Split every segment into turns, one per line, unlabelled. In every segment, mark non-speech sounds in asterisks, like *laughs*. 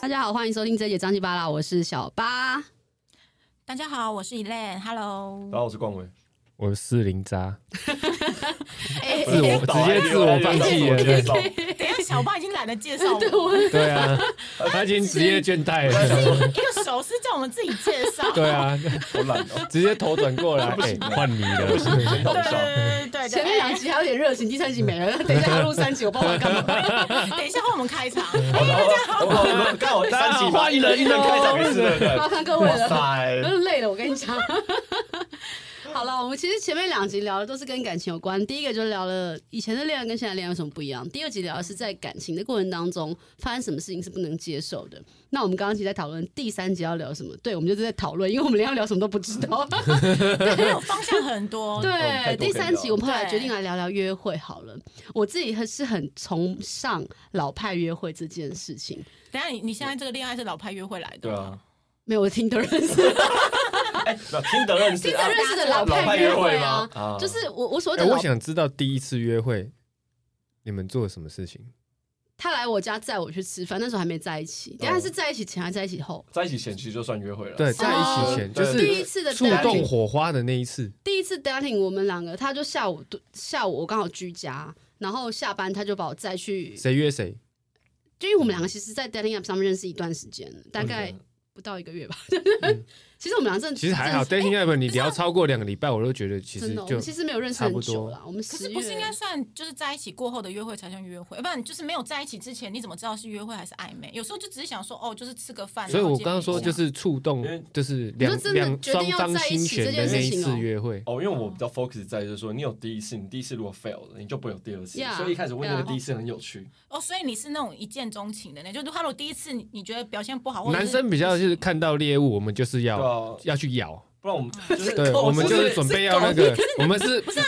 大家好，欢迎收听这一节张七八啦，我是小八。
大家好，我是 Elaine，Hello
大。家好，我是冠伟。
我是四零渣，
哎、
自我
哎
直接自我放弃了，对
等一下，小爸已经懒得介绍我
对我
们，
*laughs*
对啊，他已经职业倦怠了，
一个手势叫我们自己介绍。
*laughs* 对啊，
好懒
*laughs*
哦，
直接头转过来，哎换你
不行，
了，
对
先
*laughs*
到上。
对对对，
前面两集还有点热情，第三集没
*laughs*
了。等一下要录三集，我不知道我要干嘛。
两，等一下换我们开场。
好了好了好了，我们刚好三级嘛，一人一人开场，没事的。对
麻
*laughs*
烦各位
哇
了，有
塞，
点累了，我跟你讲。 *laughs* 好了，我们其实前面两集聊的都是跟感情有关。第一个就聊了以前的恋爱跟现在恋爱有什么不一样。第二集聊的是在感情的过程当中发生什么事情是不能接受的。那我们刚刚其实在讨论第三集要聊什么，对，我们就是在讨论，因为我们连要聊什么都不知道。
对，有方向很多。
哦
对，
太多
第
可以
三
聊
集我们后来
对
决定来聊聊约会好了。我自己还是很崇尚老派约会这件事情，
等一下你你现在这个恋爱是老派约会来的？
对啊。，
没有我听的认
*laughs*
识，
哎，那听得认识，
听的认识的老
老
派
派
约
约
会
会
啊
吗，啊
就是我我所谓
哎，
的老
我，想知道第一次约会你们做了什么事情？
他来我家载我去吃饭，那时候还没在一
嗯
起，等一下
哦
是在一起前还是在一起后？哦
在一起前其实就算约会了。哦
对， *laughs* 在一起前就
对
第
是
一次的
触
dating
动火花的那一次，
第一次 dating 我们两个，他就下午下午我刚好居家，然后下班他就把我载去，
谁约谁？
就因为我们两个其实，在 dating app 上面认识一段时间了，大概
嗯
不到一个月吧。 *laughs* 其实我们俩正
嗯其实还
正
好
是
，dating app 你聊超过两个礼拜，我都觉得其实
哎真的，我
就
们其实没有认识很久啦，我们
可
十
是
月
不是应该算就是在一起过后的约会才算约会，要不然就是没有在一起之前，你怎么知道是约会还是暧昧？有时候就只是想说哦，就是吃个饭。
所以
然后
我
见
刚刚
面
说
一下
就是触动
因为，
就是
你
两
说真的
两
决定
双
要
方
在一
心
起
弦
这
的
件
那
事
一
情哦
次约会，
哦，因为我比较 focus 在就是说，你有第一次，你第一次如果 fail 了，你就不会有第二次。
Yeah，
所以一开始问那
yeah
啊
个第一次很有趣，
哦，所以你是那种一见钟情的那，就是他如果第一次你你觉得表现不好，或者
男生比较就是看到猎物，我们就是
对
要
啊，
要去咬。
不然我们就是
对，我们就是准备要那个，我们是
所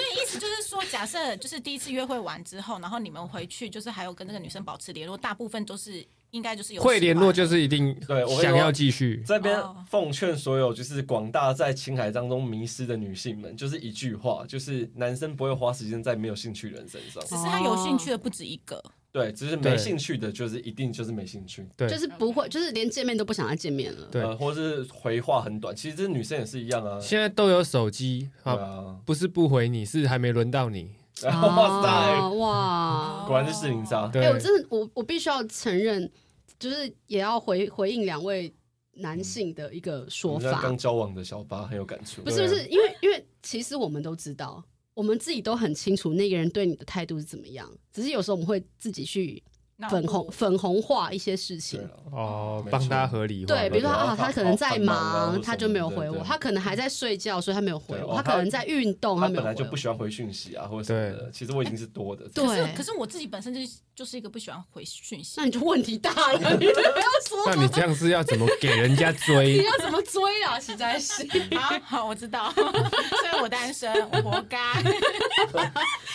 以意思就是说，假设就是第一次约会完之后，然后你们回去就是还有跟那个女生保持联络，大部分都是应该就是有
会联络，就是是一定
对我跟你
想要
说
继续。
这边
哦
奉劝所有就是广大在情海当中迷失的女性们，就是一句话，就是男生不会花时间在没有兴趣的人身上。
只是他有兴趣的不止一个。
对，只是
对
没兴趣的，就是一定就是没兴趣。
对
就是不会，就是连见面都不想再见面了。
对 *laughs*
呃，或是回话很短。其实这女生也是一样啊。
现在都有手机
对
啊，
啊，
不是不回你，是还没轮到你。
*laughs* 哇塞，
哦
*laughs*
哇！
果然是四零
哦
三。
哎、
对
我真的，我我必须要承认，就是也要回回应两位
嗯
男性的一个
我
说
们家
法
刚，交往的小八很有感触。啊
不
啊
是不是，因为因为其实我们都知道，我们自己都很清楚那个人对你的态度是怎么样，只是有时候我们会自己去
那
粉红粉红化一些事情
对。啊
哦
没，
帮
错
大家合理化。
对，比如说
对
啊，
他
他可能在
他忙啊
忙，
或什
他
么
就没有
的
回
对
我；他可能还在睡觉，所以他没有回
对
我；
哦
他可
他
能在运动，
她
没有
本来就
回我
不喜欢回讯息啊，或者什么的。其实我已经是多的。
对
可是可是我自己本身就是就是一个不喜欢回讯息
*laughs*
那，你就问题大 *laughs* 了，你就不要说
那你这样是要怎么给人家追
*laughs* 你？要怎么追啊？实在 *laughs* 是，
好啊好我知道，所以我单身，我活该。 *laughs*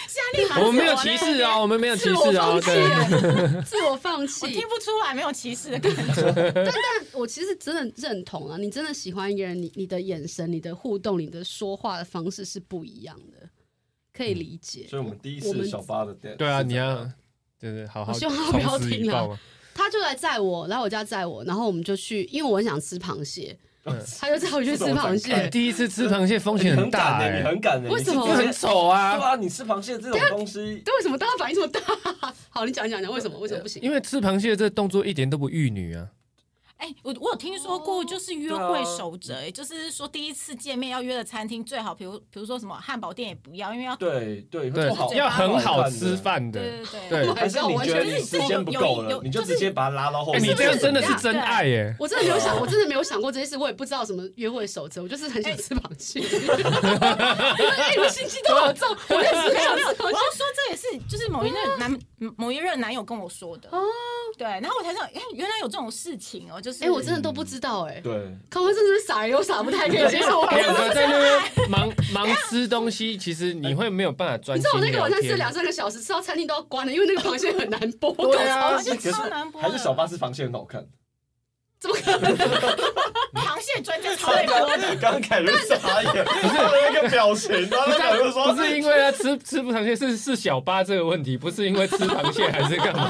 现在立马
我们没有
自
歧
嘞
视哦，，我们没有歧
自我
视
放
哦。
弃
对，，
*laughs* 自啊我放
我
弃
听。不出来没有歧视的感觉。
我其实真的认同啊，你真的喜欢一个人，你你的眼神、你的互动、你的说话的方式是不一样的，可以理解。
所以我们第一次小八的 date
对啊，
是
你
怎么
要
样
就是好好
我希望他不要
从此以
听啊
报嘛。
他就来载我，来我家载我，然后我们就去，因为我很想吃螃蟹，
嗯
他就载我去吃
这种展
螃
开
哎
蟹。
第一次吃螃蟹风
*laughs* 你
险
很
大
敢的，
哎
你，很敢的。
为
你
什
是
么
直
因为
接
很丑
对
啊。
啊，你吃螃蟹这种东西，
但为什么大家反应这么大？ *laughs* 好，你讲一讲讲为什么？为什么不行？
因为吃螃蟹这动作一点都不玉女啊。
哎、我我有听说过，就是约
哦啊
会守则、哎就是说第一次见面要约的餐厅最好，比如比如说什么汉堡店也不要，因为要
对对，
对
不好，
要很好
看的
吃。饭的。
对对
对
还是你觉得你时间不够
有有有
了，你就直接把它拉到后
哎，
面。
你这样真的是
对
真爱耶！
我真的没有想，我真的没有想过这件事，我也不知道什么约会守则，我就是很想吃螃
*laughs*
蟹。哎，我心机都好重，我就是
没有
想
没有，
吃
我
螃
要
蟹。
说这也是就是某一任男某一任男友跟我说的哦，对，然后我才知道，哎、原来有这种事情哦，就是
哎，我真的都不知道哎，
对，
康哥真的是傻人有傻不太可 *laughs* 以接受。啊我
啊
两个在那边忙忙吃东西，其实你会没有办法专
你
心
知道我那个
聊
晚上吃
啊
天。
两三个小时，吃到餐厅都要关了，因为那个螃蟹很难剥。
对啊
就
可是
超难剥的
还是小巴是螃蟹很好看，
*laughs* 怎么可能？
螃蟹专家超
他
会
刚
多
刚刚凯伦傻眼，不是那个表情，然后凯伦说
不是因为他吃吃不螃蟹，是是小八这个问题，不是因为吃螃蟹还是
*laughs*
干嘛？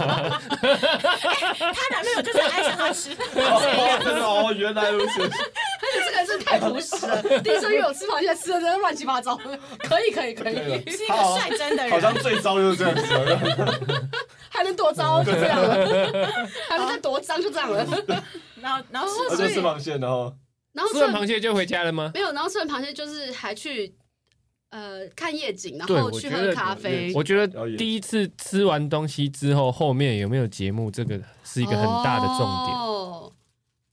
她男朋友就是爱上她吃
*laughs*
螃蟹，啊
哦，原来如此，
这个真的太朴实了。第一次约我吃螃蟹，吃的真的乱七八糟。可以，可以，可
对了啊
以，
是一
他
个
好
率
像
真的
好像
人。
最糟就是这样子了，
还能多
嗯
糟？就这样了，
*laughs*
还能再多脏？就这样了。
然后然后
哦
是
他就
所以
吃螃蟹，然后
然后
哦吃
吃
完
完
螃蟹就回家了吗？
没有，然后吃完螃蟹就是还去呃看夜景，然
对
后
我
去
觉
喝
得
咖啡。
我觉得第一次吃完东西之后，后面有没有节目，这个是一个很大的重点。
哦、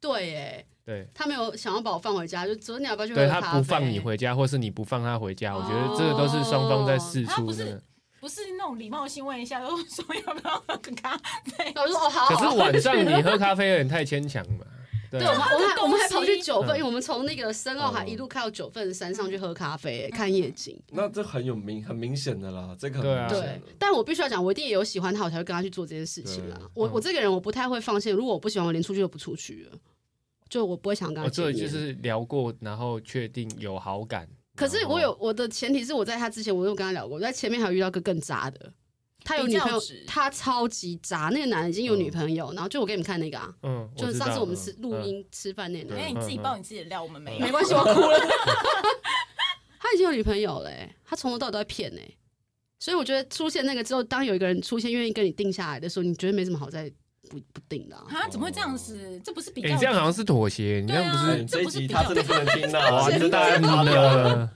对，哎，
对，
他没有想要把我放回家，就昨天你要不要去喝
对
咖啡？哦
他不放你，回家，或是你不放他回家，我觉得这个都是双方在试
他
啊
出
不
那个
是。不是那种礼貌性问一下，说 *laughs* 说要不要喝个咖啡？
然后我就说哦好好
可是晚上你喝咖啡有点太牵强嘛。对
对，我们
啊，
还我们还我们还跑去九份，
嗯哦
因为我们从那个深澳海一路开到九份山上去喝咖啡，看夜景。
那这很有明很明显的啦，这个很
对啊
明
是
对
显的，，
但我必须要讲，我一定也有喜欢他，我才会跟他去做这件事情啦
对。
我
嗯
我这个人我不太会放线，如果我不喜欢，我连出去都不出去了，就我不会想跟他
我
见
哦这
面。
就是聊过，然后确定有好感。
可是
然后
我有我的前提是我在他之前我有跟他聊过，我在前面还有遇到个更渣的，他有女朋
比较
友
直，
他超级渣，那个男的已经有女朋友，然后就我给你们看那个啊，
嗯，
就
知
上次
道
我们吃录，
嗯
音吃饭那个男
因
的，
哎为你
嗯
自己爆你自己的料，我们没有
没。关系，我哭了。他已经有女朋友了、欸，他从头到尾都在骗哎、所以我觉得出现那个之后，当有一个人出现愿意跟你定下来的时候，你觉得没什么好再不不定的、啊。
啊，怎么会这样子？这不是比
诶
较？
你这样好像是妥协，你这样
对
不
啊
是
哎你这
这
一
不是
集
比
他
较
真的不能听
啊
到，
哇，
*laughs*
哇，
*laughs* 这
这
大
大
家
家
不
塌
能
掉了。
了。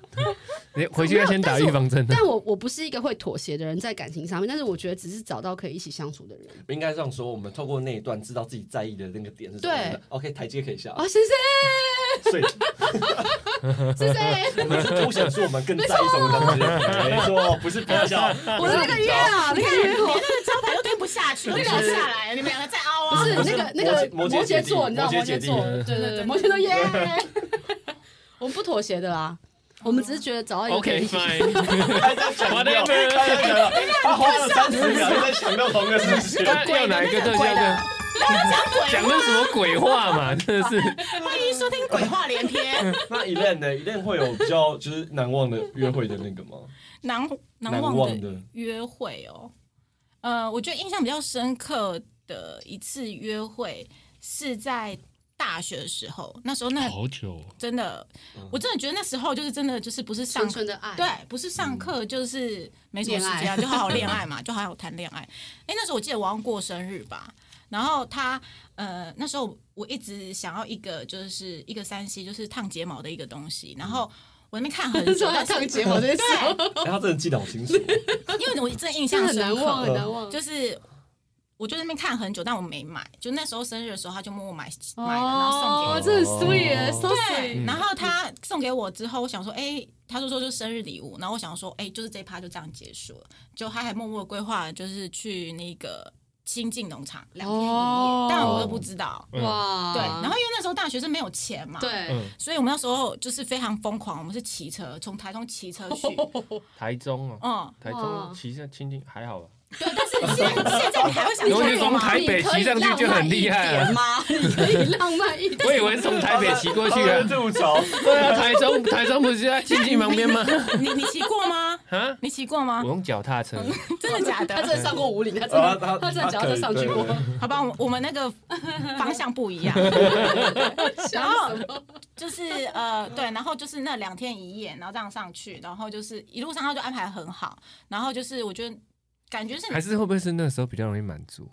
你回去要先打预防针啊
*laughs*
的
但。我我不是一个会妥协的人，在感情上面，但是我觉得只是找到可以一起相处的人。
应该这样说，我们透过那一段知道自己在意的那个点是什么
对
的。OK，台阶可以下，
哦，谢谢，
所以
谢谢。
我 *laughs* 们是凸显出我们更在意什么东西。没错，不是比较，
我的那个约啊，那个约
连那
哦，
个招牌都听不下去，都听不下来，你们两个在凹
不
啊！
是那个那个
摩羯
摩羯座，你
摩羯姐弟
知道摩
摩羯
羯
姐弟
座，对对对，摩羯座耶。我们不妥协的啦，我们只是觉得找到一个可以
OK
一起 *laughs*
fine，
大家强调，
Whatever
大家强调，他花了三十秒在强调同一个事情。
*laughs* 那要哪一个对象呢？讲的什么鬼话嘛？
*laughs*
真的是
欢迎收听鬼话连
嗯
篇，
那 Elen 呢？Elen 会有比较就是难忘的约会的那个吗？
*laughs*
难难
难
忘
忘
的
的，
约会哦。呃，我觉得印象比较深刻的一次约会是在大学的时候，那时候
哦
那个
久，
真的，
嗯
我真的觉得那时候就是真的就是不是上
纯纯的爱。
对，不是上课就是没什么时
恋爱
间啊，就好好恋爱嘛，就 *laughs* 好好谈恋爱。哎、那时候我记得我好像过生日吧，然后他呃那时候我一直想要一个就是一个三 C 就是烫睫毛的一个东西，然后我在那边看很
*laughs*
久，
说他
但是
烫睫毛这件事， *laughs*
哎他真的记得好清楚，哦
*laughs* 因为我真的印
这
象
很难
深刻
忘，很难忘。
就是。我就在那边看很久，但我没买。就那时候生日的时候，他就默默买买了，然后送给我。
哦这很 sweet 耶，so
对，
sweet。
然后他送给我之后，我想说，哎、他就说就是生日礼物，然后我想说，哎、就是这一趴就这样结束了。就他还默默规划，就是去那个新晋农场两天一夜，
哦
但我都不知道。
嗯
哇，
对，然后因为那时候大学生没有钱嘛，，
对，
嗯，
所以我们那时候就是非常疯狂，我们是骑车从台中骑车去，
台中哦，
嗯，
台
哇
中其实亲近还好吧，啊
对，但是现现在你还会
*laughs*
想
尤其
去
从
吗？
台北骑上去就很厉害了
吗？ *laughs* 你可以浪漫一点。
我以为是从台北骑过去
他
啊
们。在吐槽。
对啊，台中 *laughs* 台中不是就在亲近旁
*laughs*
边吗？
你你骑过吗？
啊，
你骑过吗
我？用脚踏车，
真的假的？
*laughs* 他真的上过五岭，他真
啊
的，
他
他真的脚踏车上去过
他可以。
好吧，我我们那个方向不一样。
然后
就是呃，对，然后就是那两天一夜，然后这样上去，然后就是一路上他就安排得很好，然后就是我觉得感觉是
还是会不会是那时候比较容易满足？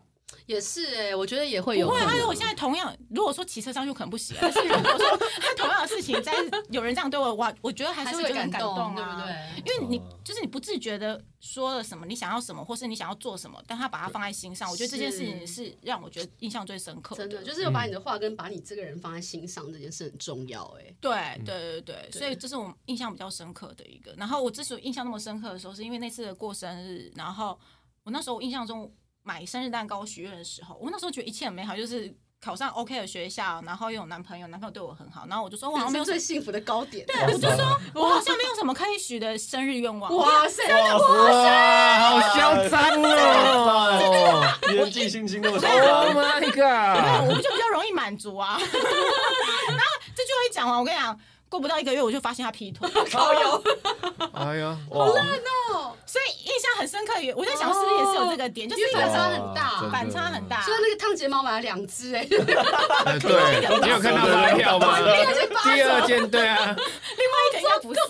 也是哎，我觉得也会有
不会
可
啊，
能。
因为我现在同样，如果说骑车上去可能不行，但是如果说他同样的事情，在有人这样对我，我我觉得还
还
是
是
会
会
觉得很
感
感
动，对
啊，
不对？
因为你
哦
就是你不自觉的说了什么，你想要什么，或是你想要做什么，但他把它放在心上，我觉得这件事情是让我觉得印象最深刻
真的就是有把
嗯
你的话跟把你这个人放在心上，这件事很重要哎。
对对对对，所以这是我印象比较深刻的一个。然后我之所以印象那么深刻的时候，是因为那次的过生日，然后我那时候我印象中买生日蛋糕许愿的时候，我那时候觉得一切很美好，就是考上 OK 的学校，然后又有男朋友，男朋友对我很好，然后我就说我好像没
人
有
生
什么
最幸福的高点。
对，我就说我好像没有什么可以许的生日愿
*laughs*
望。
哇塞，
啊
哇，好嚣张哦！
年纪轻轻那么嚣张，
Oh my god！
我就比较容易满满足啊。 *laughs* 然后这句话一讲完，我跟你讲，过不到一个月我就发现他劈 *laughs* 腿，
好有
哎呀，
哇，
所以印象很深刻。我在想是不是也是有这个点，就是一
哦
因为反
个
差很大
哇
反差很。大。
所以那个烫睫毛买了两只
*laughs*
哎，
呃对，你有看到发票吗？第二件，对啊，
另外一 *laughs* 个应该不是，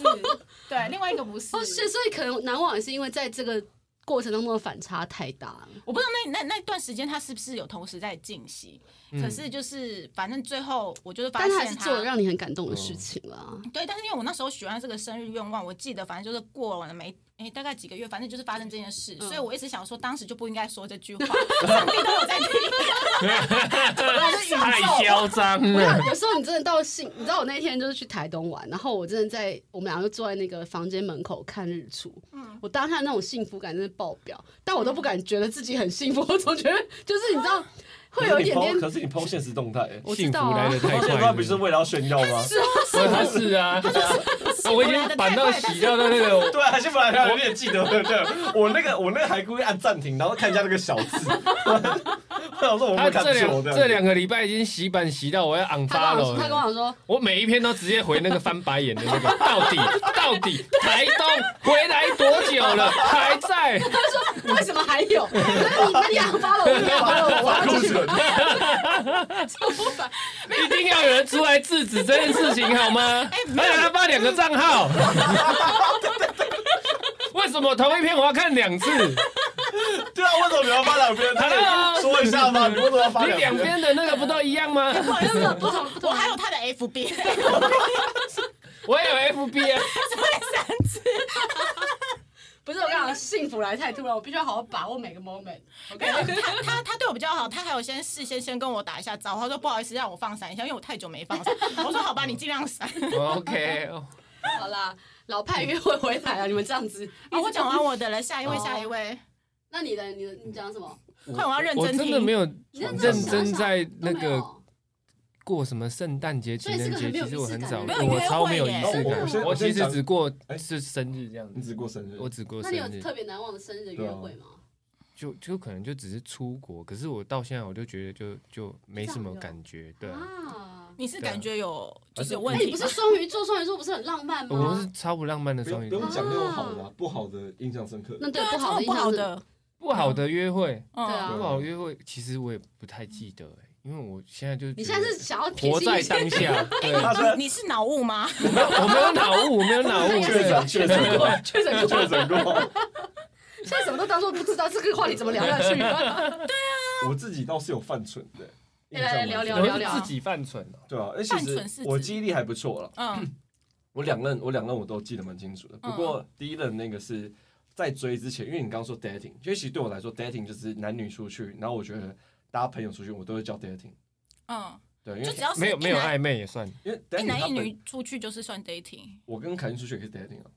对，另外一个不是。
哦是，所以可能难忘也是因为在这个过程当中的反差太大了。
我不知道那那那段时间他是不是有同时在进行，可是就是反正最后我就是发
但
现
是还是做了让你很感动的
嗯
事情啦。
对，但是因为我那时候许完这个生日愿望，我记得反正就是过完了没。哎，大概几个月，反正就是发生这件事，所以我一直想说，当时就不应该说这句话， *laughs* 上帝都有在听， *laughs*
太嚣张了。
嗯
有时候你真的到信，你知道我那天就是去台东玩，然后我真的在我们两个就坐在那个房间门口看日出，
嗯
我当下那种幸福感真是爆表，但我都不敢觉得自己很幸福，我总觉得 *laughs* 就是你知道会有一点点
可是你抛现实动态，欸
我知
幸
道啊
福来的太
抛现实动
快
态
了，
不是为了要炫耀吗？
对他是啊， *laughs* 我已经反到洗掉的那个，
对啊，幸福来了，我也记得，对
*laughs*
不对？我那个我那个还故意按暂停，然后看一下那个小字，我想说我
他
不
这
敢
两
说
这
的。
两个礼拜已经洗版洗到我要昂
他
发
跟我他跟我
了。
讲说，
我每一篇都直接回那个翻白眼的那个，到底到底台东回来多
*laughs*
久了？还在。
他说为什么还有？ *laughs* 那你那你养发了，我不养发了，我要继续
一定要有人出来制止这件事情好吗？而且他发两个账 *laughs* 号，为什么同一篇我要看两次？
对啊，为什么你要发两边？他得说一下 *laughs* 嘛，你为什么要发
你两
两边？
边的那个不都一样吗？
不同不同不
我
同，
还有他的 FB，
我也有 FB 啊，
不是我跟你讲，幸福来太突然，我必须要好好把握每个 moment。
没有他他他对我比较好，他还有先事先先跟我打一下招呼，他说不好意思让我放闪一下，因为我太久没放闪。我说好吧，你尽量闪。
OK，
好啦，老派约会回来了，你们这样子
啊，我讲完我的了，下一位，下一位，
那你的，你的，你讲什么？
快，我要认
我
真
真的
听
没。有
你认
认真
想
在
想
那
都没有
个过什么圣诞节、情人节，其实我很少
没
过，
有
约会
我
耶
超没有仪式
真的我先
感。我其
我
实
先
只过
哎
是生日这样
你
子，
只过生日，
我只过
那
生
你有
日，啊
特别难忘的生日的约会吗？
就就可能就只是出国，可是我到现在我就觉得就就没什么
这样
感觉，对啊。
啊，
你是感觉有就是有问
哎，
题
你
吗？
不是双鱼座，双鱼座不是很浪漫
我
吗
是？超不浪漫的
不
双
用
鱼
不
座，
用讲那种好的啊，不好的印象深刻。
那对
对啊，
不好
超
的印
不
象
好
是，
的，
不好的约会，
嗯
对啊
不好的约会，其实我也不太记得、欸，因为我现在就
你
觉
现在
得
是想要撇
活
清
在
一些 *laughs*
当下，对，
他说
嗯你你是脑雾吗？
我没有我没有脑雾，我没有
*laughs*
脑雾，
确诊确诊过，
确诊过，
确诊过。
现在什么都当做不知道，这个话题怎么聊下去？啊
*laughs*
我自己倒是有犯蠢
*laughs*
的，
来来
印象蛮深
聊
刻
聊聊
然后自己犯蠢哦、
对啊，而
犯
其
蠢是
实我
指
记忆力还不错了。
嗯，
我两任，我两任我都记得蛮清楚的。不过第一任那个是在追之前，因为你刚刚说 dating，因为其实对我来说 dating 就是男女出去，然后我觉得大家朋友出去，我都会叫 dating。
嗯，
对，因
就
为
只要是
没有没有
一男
暧昧也算，
因为
一
dating
男
它
一
本
女出去就是算 dating
我跟凯欣出去也是 dating 啊，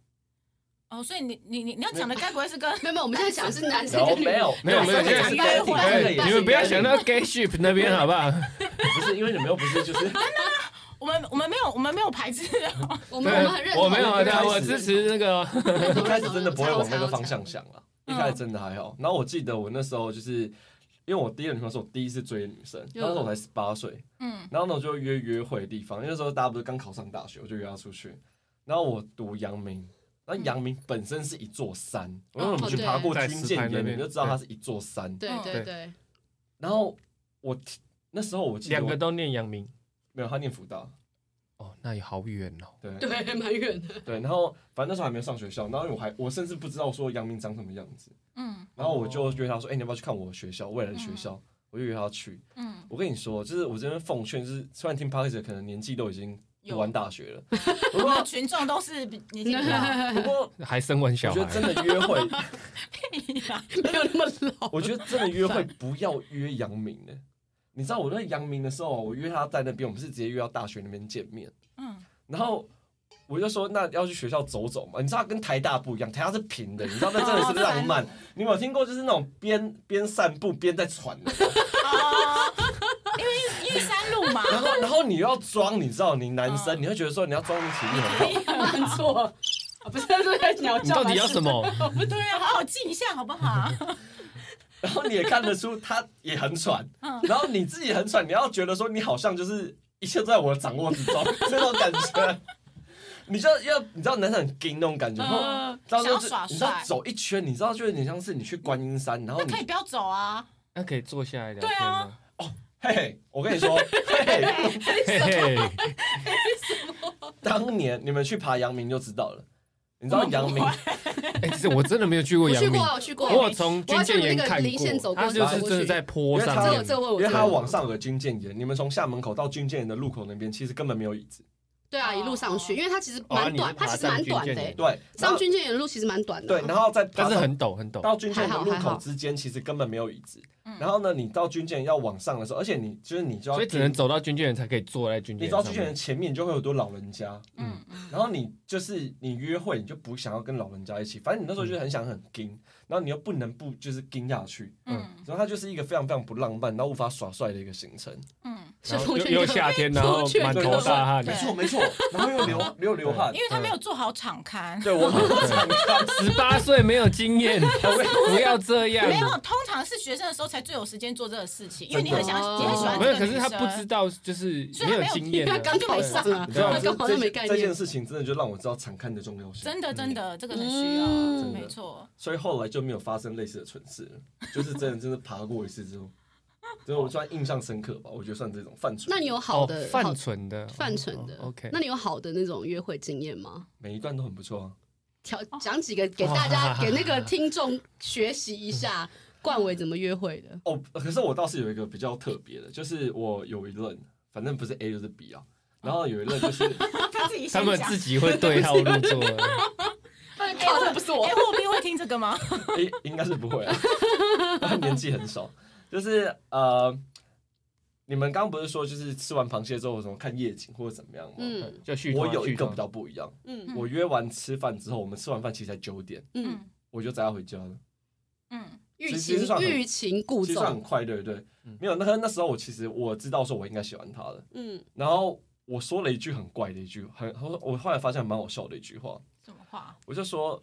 哦，所以你你你你要讲的该不会是跟
没有没有，我们现在讲的是男生
然后
跟女
没有
没有没有，
我们
现在
讲
是
约会
dating，这个也
对，
是
你们不要
dating
想到 gay ship 那边好不好？
不是因为你们又不
*laughs*
是就是
我们我们没有我们没有排斥，
*laughs* 我们我们很认同，
我没有，对
开
啊，
始
我支持那个
一开始真的不会往那个方向想了，一
嗯
开始真的还好。然后我记得我那时候就是，因为我第一个女朋友是我第一次追的女生，那时候我才十八岁，
嗯
然后呢我就约约会的地方，因为那时候大家不是刚考上大学，我就约她出去。然后我读阳明，
嗯
那阳明本身是一座山，我因为我们去爬过军舰岩，你就知道它是一座山。
对
嗯
对对，
然后我那时候我记得
两
我
个都念阳明，
没有，他念福大，
哦，那也好远哦，
对
对，蛮远的。
对。然后反正那时候还没有上学校，然后我还我甚至不知道说阳明长什么样子。
嗯
然后我就约他说：“哎、你要不要去看我学校未来的学校？”我就约他去。
嗯，
我跟你说，就是我这边奉劝，就是虽然听 p o d c a s t 可能年纪都已经读
有
完大学了，
我们的群众都是年纪比较
不过
还生完
我
小
觉得
孩
真，的约会，
大，
没有那么老。
我觉得真的约会不要约阳明的。你知道我在阳明的时候啊，我约他在那边，我们是直接约到大学那边见面，
嗯，
然后。我就说那要去学校走走嘛，你知道它跟台大不一样，台大是平的，你知道那真的是浪漫。你有没有听过就是那种边边散步边在喘的？
哦，因为因为山路
*laughs*
嘛，
然后然后你又要装，你知道，你男生、你会觉得说你要装你体力很好，
按错，啊不是是在鸟
你
叫。
到底要什？么？
对啊，好好记一下好不好？
然后你也看得出他也很喘，
嗯
然后你自己很喘，你要觉得说你好像就是一切都在我的掌握
*laughs*
之中，这种感觉。你知道要你知道男生很硬那种感觉，然后
嗯
到时候
想要耍
就你知道
帅
走一圈，你知道就有点像是你去观音山，然
那
后哦你
可以不要走啊，
那可以坐下来聊
对
天
啊
吗？
嘿嘿，我跟你
*laughs*
说，嘿嘿，
嘿嘿，
当年你们去爬阳明就知道了。你知道阳
*laughs*
明
我
哎，其实我真的没有去过
我
阳
去
明
过，啊，我去过，
我有从军舰岩看
我要从那个林线走
过，
过
它就是真的在坡上
这
因
个
面
这。个问我
因为
真的
它往上有个军舰岩，你们从厦门口到军舰岩的路口那边，其实根本没有椅子。
对啊，一路上去，因为它其实蛮
哦啊
短，
你
它其实蛮短的
爬上军舰
欸
岩。
对，然
上
后
军舰沿路其实蛮短的
对
啊，，
然后再爬
但
上
是很陡很陡，
到军舰的路口之间，其实根本没有椅子
还好还。好
然后呢，你到军舰要往上的时候，而且你就是你就要
所以只能走到军舰人才可以坐在军
你
舰
知道
上
军舰
面
人。前面就会有很多老人家，
嗯嗯，
然后你就是你约会，你就不想要跟老人家一起，反正你那时候就是很想很硬，然后你又不能不就是硬下去，
嗯
然后它就是一个非常非常不浪漫，然后无法耍帅的一个行程。
嗯，
是
然后
风
又
圈
又
的
夏天，然后
风圈
满
对
头
然后
大汗
没
对，
错没错，然后又
*laughs*
流又流汗
因，为他没有做好场刊。
对我
*laughs*
十八岁没有
*laughs*
经验，不要这样。
没有，通常是学生的时候才最有时间做这个事情，因为你很想，
真的
你很喜欢
哦没
这个
有，可
女
是
生。
他不知道，就是
所以他
没有
没有
经验
因为他
啊。
刚考上啊，
你知道
他
这
刚好像没概
这件
念。
事情真的就让我知道产看的重要性，
真的真的，这个很需
嗯
要，
真的
没错。
所以后来就没有发生类似的蠢事了，就是真的真的爬过一次之后， *laughs* 所以我算印象深刻吧，我觉得算这种犯蠢。
那你有好的
哦
好
犯蠢的，
犯蠢的
哦哦 OK，
那你有好的那种约会经验吗？
每一段都很不错啊，
挑讲几个给大家给那个听众学习一下，冠伟怎么约会的？
哦，可是我倒是有一个比较特别的，就是我有一任，反正不是 A 就是 B 啊，然后有一任就是
*laughs*
他自己
他们自己会对号入座。
靠，这不是我
哎，货币会听这个吗？
A 应该是不会啊，他年纪很少，就是呃，你们刚刚不是说就是吃完螃蟹之后有什么看夜景或者怎么样吗？
嗯
就续
我
团
有一
续
个
团
比较不一样，
嗯
我约完吃饭之后，我们吃完饭其实才九点，
嗯，
嗯
我就载他回家了。
嗯
欲
其实
擒
算很
欲擒故
其实算
纵
很，快，对不对
嗯？
没有，那那时候我其实我知道说我应该喜欢他的，
嗯，
然后我说了一句很怪的一句，很我我后来发现蛮好笑的一句话，
什么话？
我就说，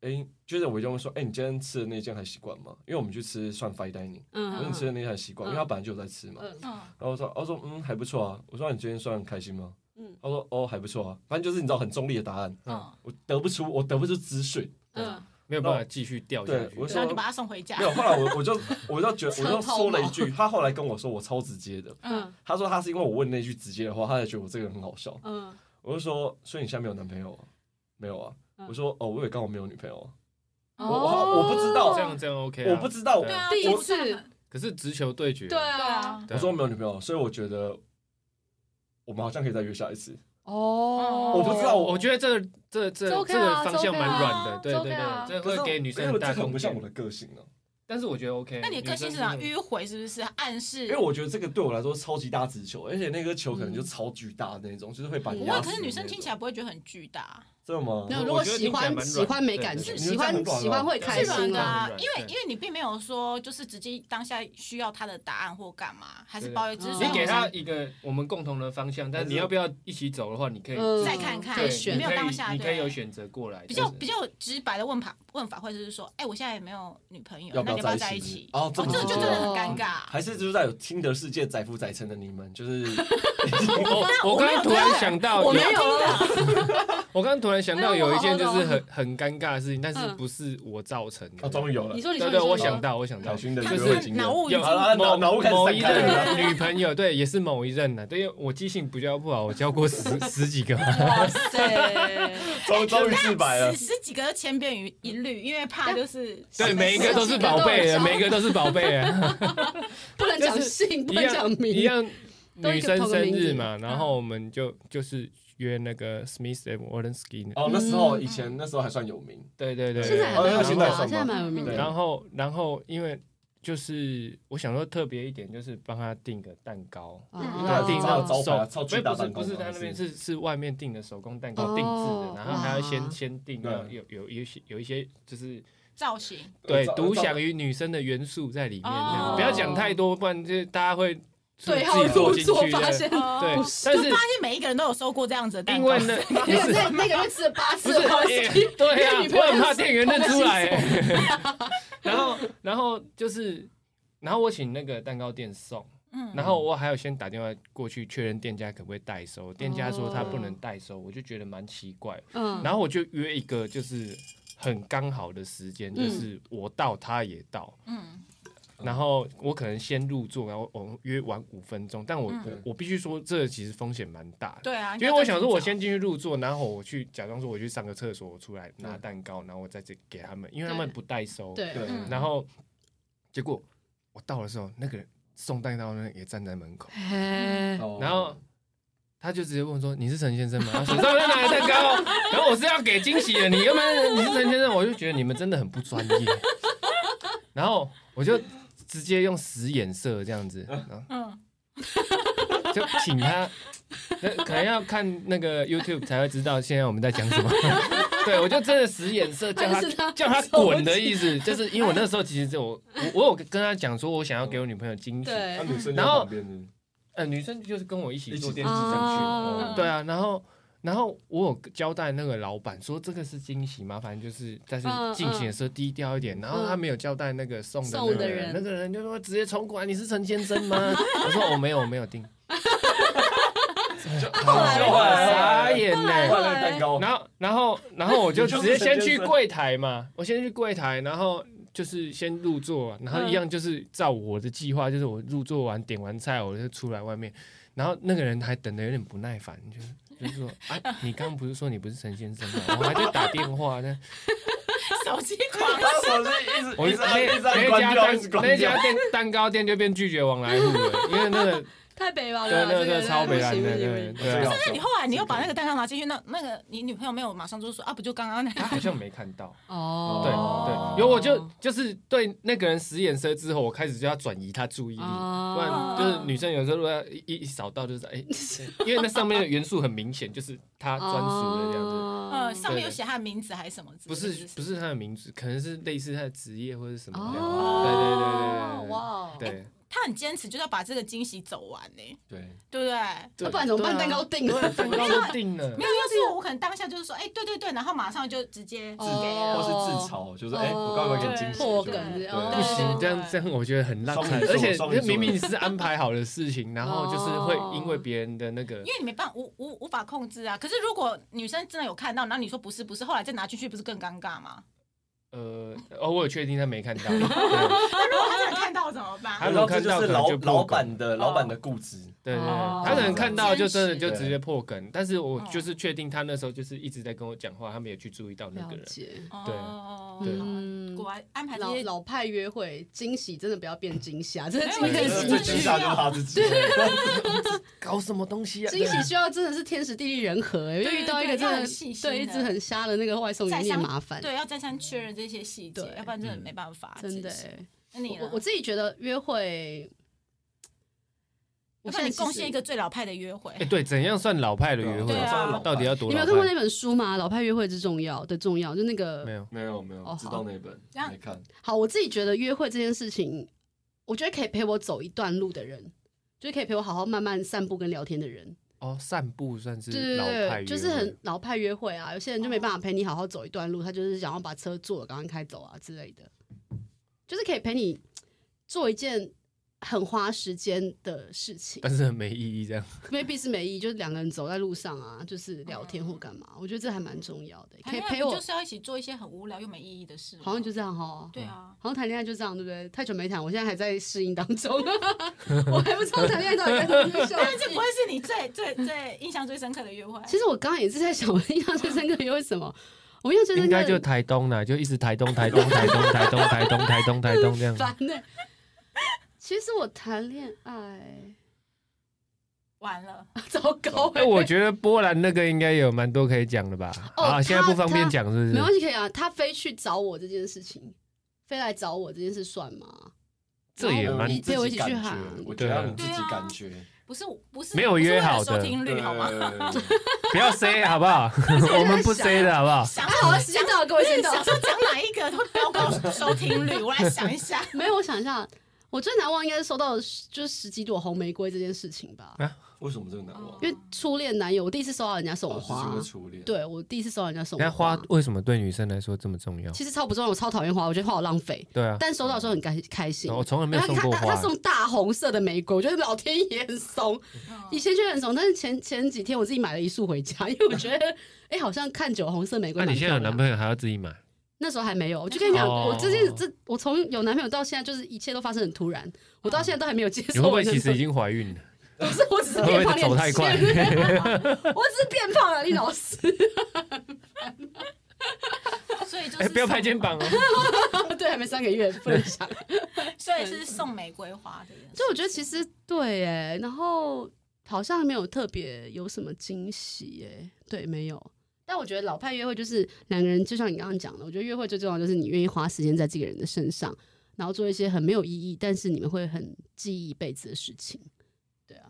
哎，就是我就问说，哎，你今天吃的那间还习惯吗？因为我们去吃算 fine dining，
嗯
我说你吃的那间还习惯，因为他本来就有在吃嘛。
嗯
嗯，
然后我说，我说嗯还不错啊。我说你今天算很开心吗？
嗯
他说哦还不错啊，反正就是你知道很中立的答案，
嗯
我得不出我得不出
*laughs*
资讯。
嗯，
没有办法继续掉下
对
去
我。
然后就把他送回家
没。有，后来我我就我就觉
*laughs*
得我就
超抛
说了一
锚
句，他后来跟我说我超直接的，
嗯，
他说他是因为我问那句直接的话，他才觉得我这个人很好笑。
嗯
我就说，所以你现在没有男朋友啊？没有啊？
嗯
我说，哦，我也刚好没有女朋友啊。
嗯
哦
我我我不知道
这样这样 OK，啊
我不知道。
对
对
啊，
第一次
我知道的
可是直球对决，
对
对
啊，
啊，
对
我说我没有女朋友，所以我觉得我们好像可以再约下一次。
哦，
我不知道
我觉得这个这这
这
这
OK
个
啊
方向蛮软的，
这
对
OK
对
啊
对，这
可是
会给女生
因为
很
这
大
个很
空
不像我
间。
的个性啊呢、
但是我觉得 OK，
那你的个性是
女
哪？
生真的
迂回是不是？暗示？
因为我觉得这个对我来说超级大直球，而且那个球可能就超巨大的那种，就是会把你
不
压
会，啊
死。
可是女生听起来，不会觉得很巨大，
真的吗
没？有，
我
如果
觉得
喜
听起来
欢
蛮软
喜欢没感
对
觉，
对
对
喜
你
欢
们这样很软哦
喜欢会开
是软
心
的
啊，
啊。
开心啊
因为因为你并没有说就是直接当下需要他的答案或干嘛，还是
对
抱有只
嗯
是说
你给
我
她
们
一个我们共同的方向，但
还
你
是
要不要一起走的话，你可以
嗯
再看看
可
对，
以选
你
没有
可以
当下
你可以
对
有选择过来，
比较
对
比较直白的问法问法，或者是说，哎、我现在也没有女朋友，
要
那
不
你要
要
在
一
起？
哦，这
哦，
么
这个就
直接
真的很尴尬。
还是就是在有听的世界载夫载沉的你们，就是
*laughs*
我我刚刚突然想到，
我没有了，
我刚刚突然想到有一件
没
就是
有我好
很很尴尬的事情，但是不是我造成
哦，
的。
终于有了
你。说你说你
对对，
说
我想到，我想
小
到，
薰的
他
约
只
会
是
经验
脑。雾已
有
经
好了，脑
某
脑雾开始
某
散
一
开了。
任女朋友，对，也是某一任的，对，因为我记性比较不好，我交过十十几个嘛，
*laughs* 哇塞，
终终于自白 *laughs* 了
十。十几个千篇一一律，因为怕就是
对，每一个都是宝
十几个都有
贝
交
啊，每一个都是宝
*laughs*
贝啊，
不能讲姓，
一
不能讲
样
名，
一样，
都
女
一个
生
同个
生
名字嗯
日嘛，然后我们就就是约那个 Smith and Wolinsky，
哦，那时候以前那时候还算有名，
对对对，
现在还
哦
蛮有
现
名
在
的啊，
有什么
现在蛮有名
对
的。
然后，然后因为就是我想说特别一点，就是帮他订个蛋糕，
嗯
他
啊
订那
招
种
招牌啊
手
超巨大
不是
蛋糕
不是
嘛
他那边
还
是是外面订的手工蛋糕定制
哦
的，然后还要先
哇
先订，
对
然后有有有一些有一些就是
造型，
对
招
独
招
享于女生的元素在里面，这
哦
样不要讲太多，不然就是大家会自
对
己
号入
做进
座
去
发
的。
现，哦
对
对，，
但
哦就是发现每一个人都有收过这样子的蛋
因
糕
为，呢，
那个那那个月吃了八
不
次
是哎
的东西， *laughs*
对啊，
女朋
我
友
很
就
怕
是
哎店员认出来。然后然后就是，然后我请那个蛋糕店送，
嗯
然后我还有先打电话过去确认店家可不可以代收，店家说他不能
哦
代收，我就觉得蛮奇怪。
嗯，
然后我就约一个就是很刚好的时间，就
嗯
是我到他也到，
嗯
然后我可能先入座，然后我约晚五分钟，但我、
嗯
我我必须说，这其实风险蛮大的。
对啊，
因为我想说，我先进去入座，然后我去假装说我去上个厕所，我出来拿蛋糕，然后我再这给他们，因为他们
对
不代收。
对，
对
嗯
然后结果我到的时候，那个人送蛋糕的人也站在门口，
嘿
哦
然后他就直接问我说：“你是陈先生吗？”他手上在拿的蛋糕，哦然后我是要给惊喜的，你要不然你是陈先生，我就觉得你们真的很不专业。然后我就直接用使眼色这样子，然
嗯 *laughs*
后就请他，那可能要看那个 YouTube 才会知道现在我们在讲什么。对，我就真的使眼色叫
但是他
他叫他滚的意思，就是因为我那时候其实就我我我有跟他讲说我想要给我女朋友惊喜，
那
对，
女生就在
然后
旁边呢
呃，女生就是跟我一起
一
坐
起电
电梯
梯
上去。
哦
嗯
对啊，然后然后我有交代那个老板说这个是惊喜，麻烦就是但是
嗯
进行的时候低调一点。然后他没有交代那个送的那
送
个
的人
人，那个人就说直接冲过来，你是陈先生吗？我说我哦没有，我没有订。
后
来
后
傻
来
眼呢、
后
换了蛋糕，
然后，然后，然后我就
哦 *laughs* 你就
直
是
接先
陈先
去
生
柜台嘛，我先去柜台，然后就是先入座，啊然
嗯
后一样就是照我的计划，就是我入座完点完菜，我就出来外面，然后那个人还等的有点不耐烦，就是就是说，啊，你刚刚不是说你不是陈先生吗？我还在打电
*laughs*
话呢，
手机狂
他手机一直
我
一直按一直
那
按
那
关
家
掉，
蛋
一直关
那
掉
家。店蛋糕店就变拒绝往来户了，因为那
*laughs*
个
太北吧
对
了，
那个
啊这
真的
个
超
不
北蓝
行不
的，
行不
对
行，
对啊，
那你后来你又把那个蛋糕拿进去，那那个你女朋友没有马上就说啊，不就刚刚那
他
个？
好像没看到。
哦，
对
哦
对，有我就就是对那个人使眼色之后，我开始就要转移他注意力，
哦
不然就是女生有时候如果要一一一扫到就是哎、因为那上面的元素很明显，就是他专属的这样
哦
子，
嗯
呃，上面有
对
写他的名字还是什么之
不
类的？
是不是他的名字，可能是类似他的职业或者什么这样
哦，哇哦，
对对对对对对。
他很坚持，就是要把这个惊喜走完呢，
对，
对不对？
那不然怎么办？
对啊
蛋糕定
对
了，
蛋糕都定了
啊
没，有，要是我，我可能当下就是说，哎、对对对，然后马上就直接寄
哦
给
或
了。
是自嘲，就是哎，我刚刚有点惊喜，
破
就
梗
是
哦
不行，这样
对
这样我觉得很浪
双
漫
鱼，座
而且
双鱼座
明明是安排好的事情，然后就是会因为别人的那个
因为你没办法无无无法控制啊。可是如果女生真的有看到，然后你说不是不是，后来再拿进去，不是更尴尬吗？ *laughs*
呃，哦，我有确定他没看到，对
那如果他真的看到怎么办？
还
然
有
后
看
这
到
就
可
是
能
老
就
老
破梗
板的老板的固执，
对对，对
哦
他可能看到就真的
坚
就
持
直接破梗，但是我
哦
就是确定他那时候就是一直在跟我讲话，他没有去注意到那
了
个人。
解，
对
哦
对
好
嗯
果然安排这
老
些。
老派约会惊喜真的不要变惊吓，真的
没
惊
有对对
对，
喜
最
对
惊
对
吓就是他自己，
搞什么东西啊
惊喜需要真的是天时地利人和、欸，
对
遇到一个
对对要
真
很
的
细心的
对一直很瞎的那个外送员
再
有点
三
麻烦，
对，要再三确认这些细节
对，
要不然真的
嗯
没办法。
真的、
其实
欸。
那你呢啊
我我自己觉得约会，
我
我
看
现在
你
其实
贡献一，个最老派的约会
哎，，对，怎样算老派的约会
对啊
啊？
算老派
到底要多
你没
老
有看过
派？
那本书吗？《老派约会之重要》的重要，就那个
没有，
没有没有
哦
知道那本
这样
没看，
好，我自己觉得约会这件事情，我觉得可以陪我走一段路的人，就是可以陪我好好慢慢散步跟聊天的人，
哦，散步算
对
是
对
老
对对，
派约会，
就是很老派约会啊。有些人就没办法陪你好好走一段路，他就是想要把车坐了赶快开走啊之类的，就是可以陪你做一件很花时间的事情
但是很没意义这样。
，maybe 是没意义，就是两个人走在路上啊，就是聊天或干嘛，我觉得这还蛮重要的，
哦谈
可以
恋爱
陪
不
我
就，是要一起做一些很无聊又没意义的事吗，
好像就这样哈。
对啊。
好像谈恋爱就这样，对不对？太久没谈，我现在还在适应当中， *laughs* 我还不知道谈恋爱到底该怎么
*laughs* 但
笑。
是这不会是你最最最印象最深刻的约会。
嗯其实我刚刚也是在想，我印象最深刻的约会是什么？我印象最深
应
刻
该
的
就台东啦，就一直台东、台东、台东、台东、台东、台东、台东这样。
*laughs* 烦呢、其实我谈恋爱，
完了，
糟糕、欸！
哎，我觉得波兰那个应该有蛮多可以讲的吧？
哦
啊，
他
现在不方便讲是不
没
是
关？系，可以啊。他非去找我这件事情，非来找我这件事算吗？
这也
然后
蛮
哦你陪我一起
自己
去啊
感觉
喊，
我觉得要你自己感觉，
*laughs*
不是不是
没有约好的啊
不是为了收听率好吗？
对
不要 say 好不好？我们不 say 的好不好？
想
啊，好，时间 *laughs* 到了，各位时间到
想
了。
*laughs*
说讲哪一个会飙高收听率？我来想一下。
没有，我想一下，我最难忘应该是收到的是就是十几朵红玫瑰这件事情吧，
*laughs* 为什么这个难忘？
因为初恋男友，我第一次收到人家送我
哦，
花
是因为，初恋。
对我第一次收到人家送
那
我
花为什么对女生来说这么重要？
其实超不重要，我超讨厌花，我觉得花好浪费。
对啊，
但收到的时候很开开心，
我从来没
然
有
后
送
他
过
他
花
他。送大红色的玫瑰，我觉得老天爷很怂。以前觉得很怂，但是前前几天我自己买了一束回家，因为我觉得哎、好像看酒红色玫瑰
那
蛮
你现在
漂亮的。
有男朋友还要自己买？
那时候还没有，我就跟你讲，
哦
我这件这我从有男朋友到现在，就是一切都发生很突然，我到现在都还没有接受。
你会不会其实已经怀孕了？
*laughs* 不是，我只是
会不
变胖
会
练
走太快？
*laughs* 啊我只是变胖了，李老 *laughs* 师。
所以就是
哎，不要拍
送
*laughs*
肩膀哦！
啊对，还没三个月，不
*laughs*
能想。
所以是送玫瑰花的人，
就我觉得其实对哎，然后好像没有特别有什么惊喜哎，对，没有。但我觉得老派约会就是两个人，就像你刚刚讲的，我觉得约会最重要就是你愿意花时间在这个人的身上，然后做一些很没有意义，但是你们会很记忆一辈子的事情。对啊，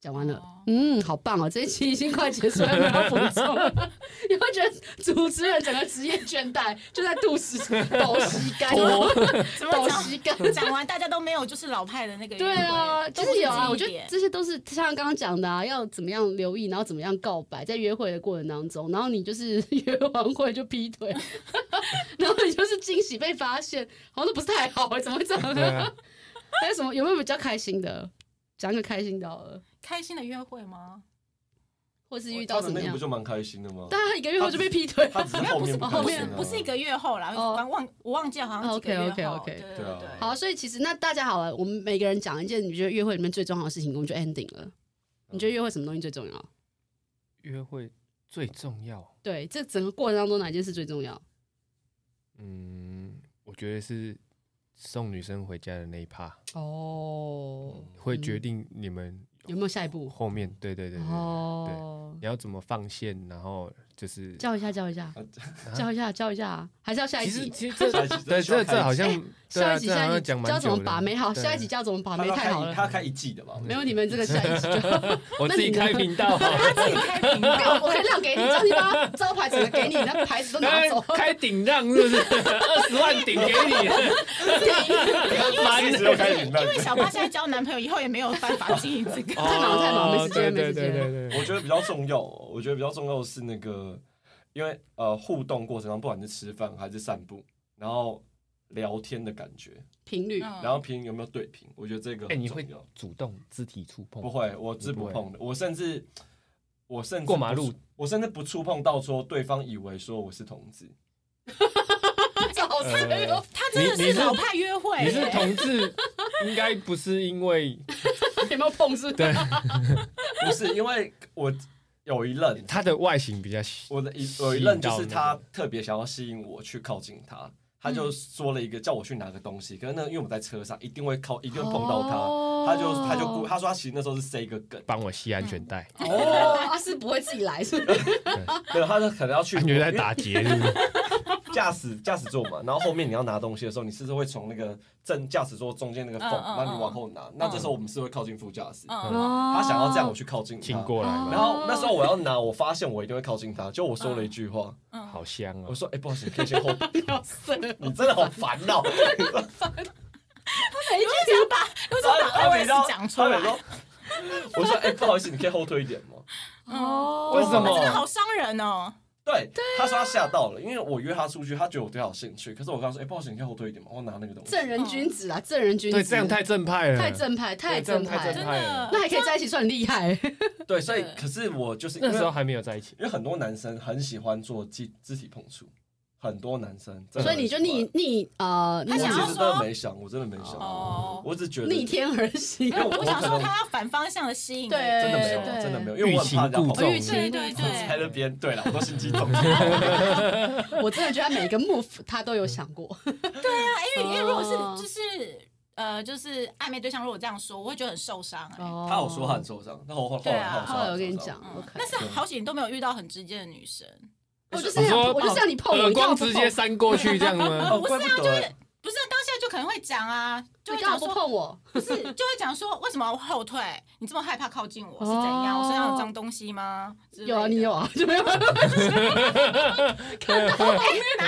讲完了。
哦
嗯，好棒哦！这一期已经快结束了，还没有要补充。 *laughs* 你会觉得主持人整个职业倦怠，就在肚 *laughs* 时抖膝盖，
哦
*laughs*
怎
抖
么
膝盖。
讲？讲完大家都没有，就是老派的那个
对啊，
就
其实有啊，我觉得
得
这些都是像刚刚讲的啊，要怎么样留意，然后怎么样告白，在约会的过程当中，然后你就是 *laughs* 约完会就劈腿， *laughs* 然后你就是惊喜被发现，好像都不是太好哎、怎么会这
*laughs*
样
对
呢？
啊，
还有什么有没有比较开心的？讲个开心的好了，
开心的约会吗？
或是
我
遇
哦他
到
的
怎么
那个
样啊
不？就蛮开心的吗？
但他一个月后就被劈腿
他
了。
只是后面不
后
开心
面
啊
不是一个月后啦，
哦
我忘我忘记了，好像几个月后。
OK，OK，OK，OK
对
对啊
对对。
*laughs* 好，所以其实那大家好了，我们每个人讲一件你觉得约会里面最重要的事情，我们就 ending 了。你觉得约会什么东西最重要？
约会最重要。
对，这整个过程当中哪一件事最重要？
嗯，我觉得是送女生回家的那一趴，
哦，
嗯
会决定你们
有没有下一步？
后面。对对对对，
哦，
你要怎么放线，然后就是
叫一下，叫一下， *laughs* 叫一下，叫一下，还是要下一
啊其实
集？
其实这
下一集
对
下
这
一集
这好像
哎
对啊
下一集，
这好
下一
像
集
讲蛮
教
久
怎
的
么把妹好，
对啊
下一集教怎么把
他
妹
要
太
开
好
一他要
了。
开一季的吧？
没有你们这个下一集就好，
我自己
那你
开
呢 *laughs*
频道啊，
他自己开屏
没有，我可以亮给你，叫你把招牌整个给你，那牌子都拿
*laughs*
走。。
哎开顶让是不是？二十万顶给你，
啊一直又开始
因为小八现在交男朋友以后也没有办法经营这个
*laughs*
哦
太忙了太忙了没时间
哦
没时间
对对对对对
我觉得比较重要，哦我觉得比较重要的是那个，因为呃互动过程中，不管是吃饭还是散步，然后聊天的感觉，
频率
嗯
然后平有没有对平，我觉得这个
哎，
很
你
重
会
要。
主动肢体触碰？
不会，我是
你不
不
会
碰的，我甚至我甚至
过马
不
路
触，我甚至不触碰到说对方以为说我是同志，
早上
嗯
没有
他真的
你你
是
是
老派约会、
呃你是
欸
同志，应该不是因
*laughs*
为
有没有碰是不是？
对
不是因为我有一任，
他的外形比较细
我的一
吸
有一
引
任就
到
是
那
他
个嗯
特别想要吸引我去靠近他，他就说了一个叫我去拿个东西，可是那因为我们在车上一定会靠，一定会碰到他，
哦
他就他就故他说他其实那时候是塞一个梗，
帮我系安全带，
哦，他是不会自己来，是不是？
*laughs* 对，他就可能要去
安全带啊
*laughs*
打结是不是？
因为 *laughs* 驾驶驾驶座嘛，然后后面你要拿东西的时候，你是不是会从那个正驾驶座中间那个缝，
嗯嗯哦
然后你往后拿？那这时候我们是会靠近副驾驶，他
他
想要这样我去靠近
请
他。
过来
哦
嘛，
然后那时候我要拿，我发现我一定会靠近他，就我说了一句话，
好香
我
哦！
说：“哎，不好意思，你可以先后，
*laughs*
要死了，
你真的好烦哦恼。”
你为什么把为什么把 OS 讲出来？
说，我说：“哎、不好意思，你可以后退一点吗
哦
为什么
真的好伤人哦！？”
对，他说他吓到了，因为我约他出去，他觉得我对他有兴趣，可是我跟他说：“哎、不好意思，你可以后退一点吗？”我拿那个东西。
正人君子啊，正人君子，
对，这样太正派了，
太正派，太
对这样
正派
太
真
正
了，
派
的
了。
那还可以在一起，算厉害。
对，所以
对
可是我就是因
那
为
时候还没有在一起，
因为很多男生很喜欢做肢肢体碰触，很多男生真的
所
很
以你
喜
就
欢
逆逆呃，
我
逆
他想
其
要
实真
说
的没想，我真的没想，
哦
我只觉得
逆天而行
因，为我
我想
可
说
能
他要反方向的吸引
对
人，
真的没有，啊
对
真的没有，因为我很怕人家碰
欲擒
到
故纵
我
欲擒
对
故
对
纵。
在
对，哦
那边。对
*laughs*
了，我都心机重，
我真的觉得他每个 move 他都有想过，
啊因为因为如果
哦
是就是呃就是暧昧对象，如果这样说，我会觉得很受伤哎、
哦
他有说他很受伤，那我后后
对
来
啊
他有
后
说他
来我
很
跟你
受伤
讲
嗯，
，OK，
但是好险你都没有遇到很直接的女生，
我就是
你
要
说哦
我就是要你碰我，
耳
你干嘛
光
不
直
碰
接扇过去这样吗？
哦，怪不得
不是啊当下就可能会讲啊，就
我，
会
你干嘛
讲
不
说
碰我？
不是，就会讲说为什么我后退？你这么害怕靠近我是怎样？
哦
我身上有脏东西吗？之类的
有啊，你有，啊， *laughs* 就没有办法
哪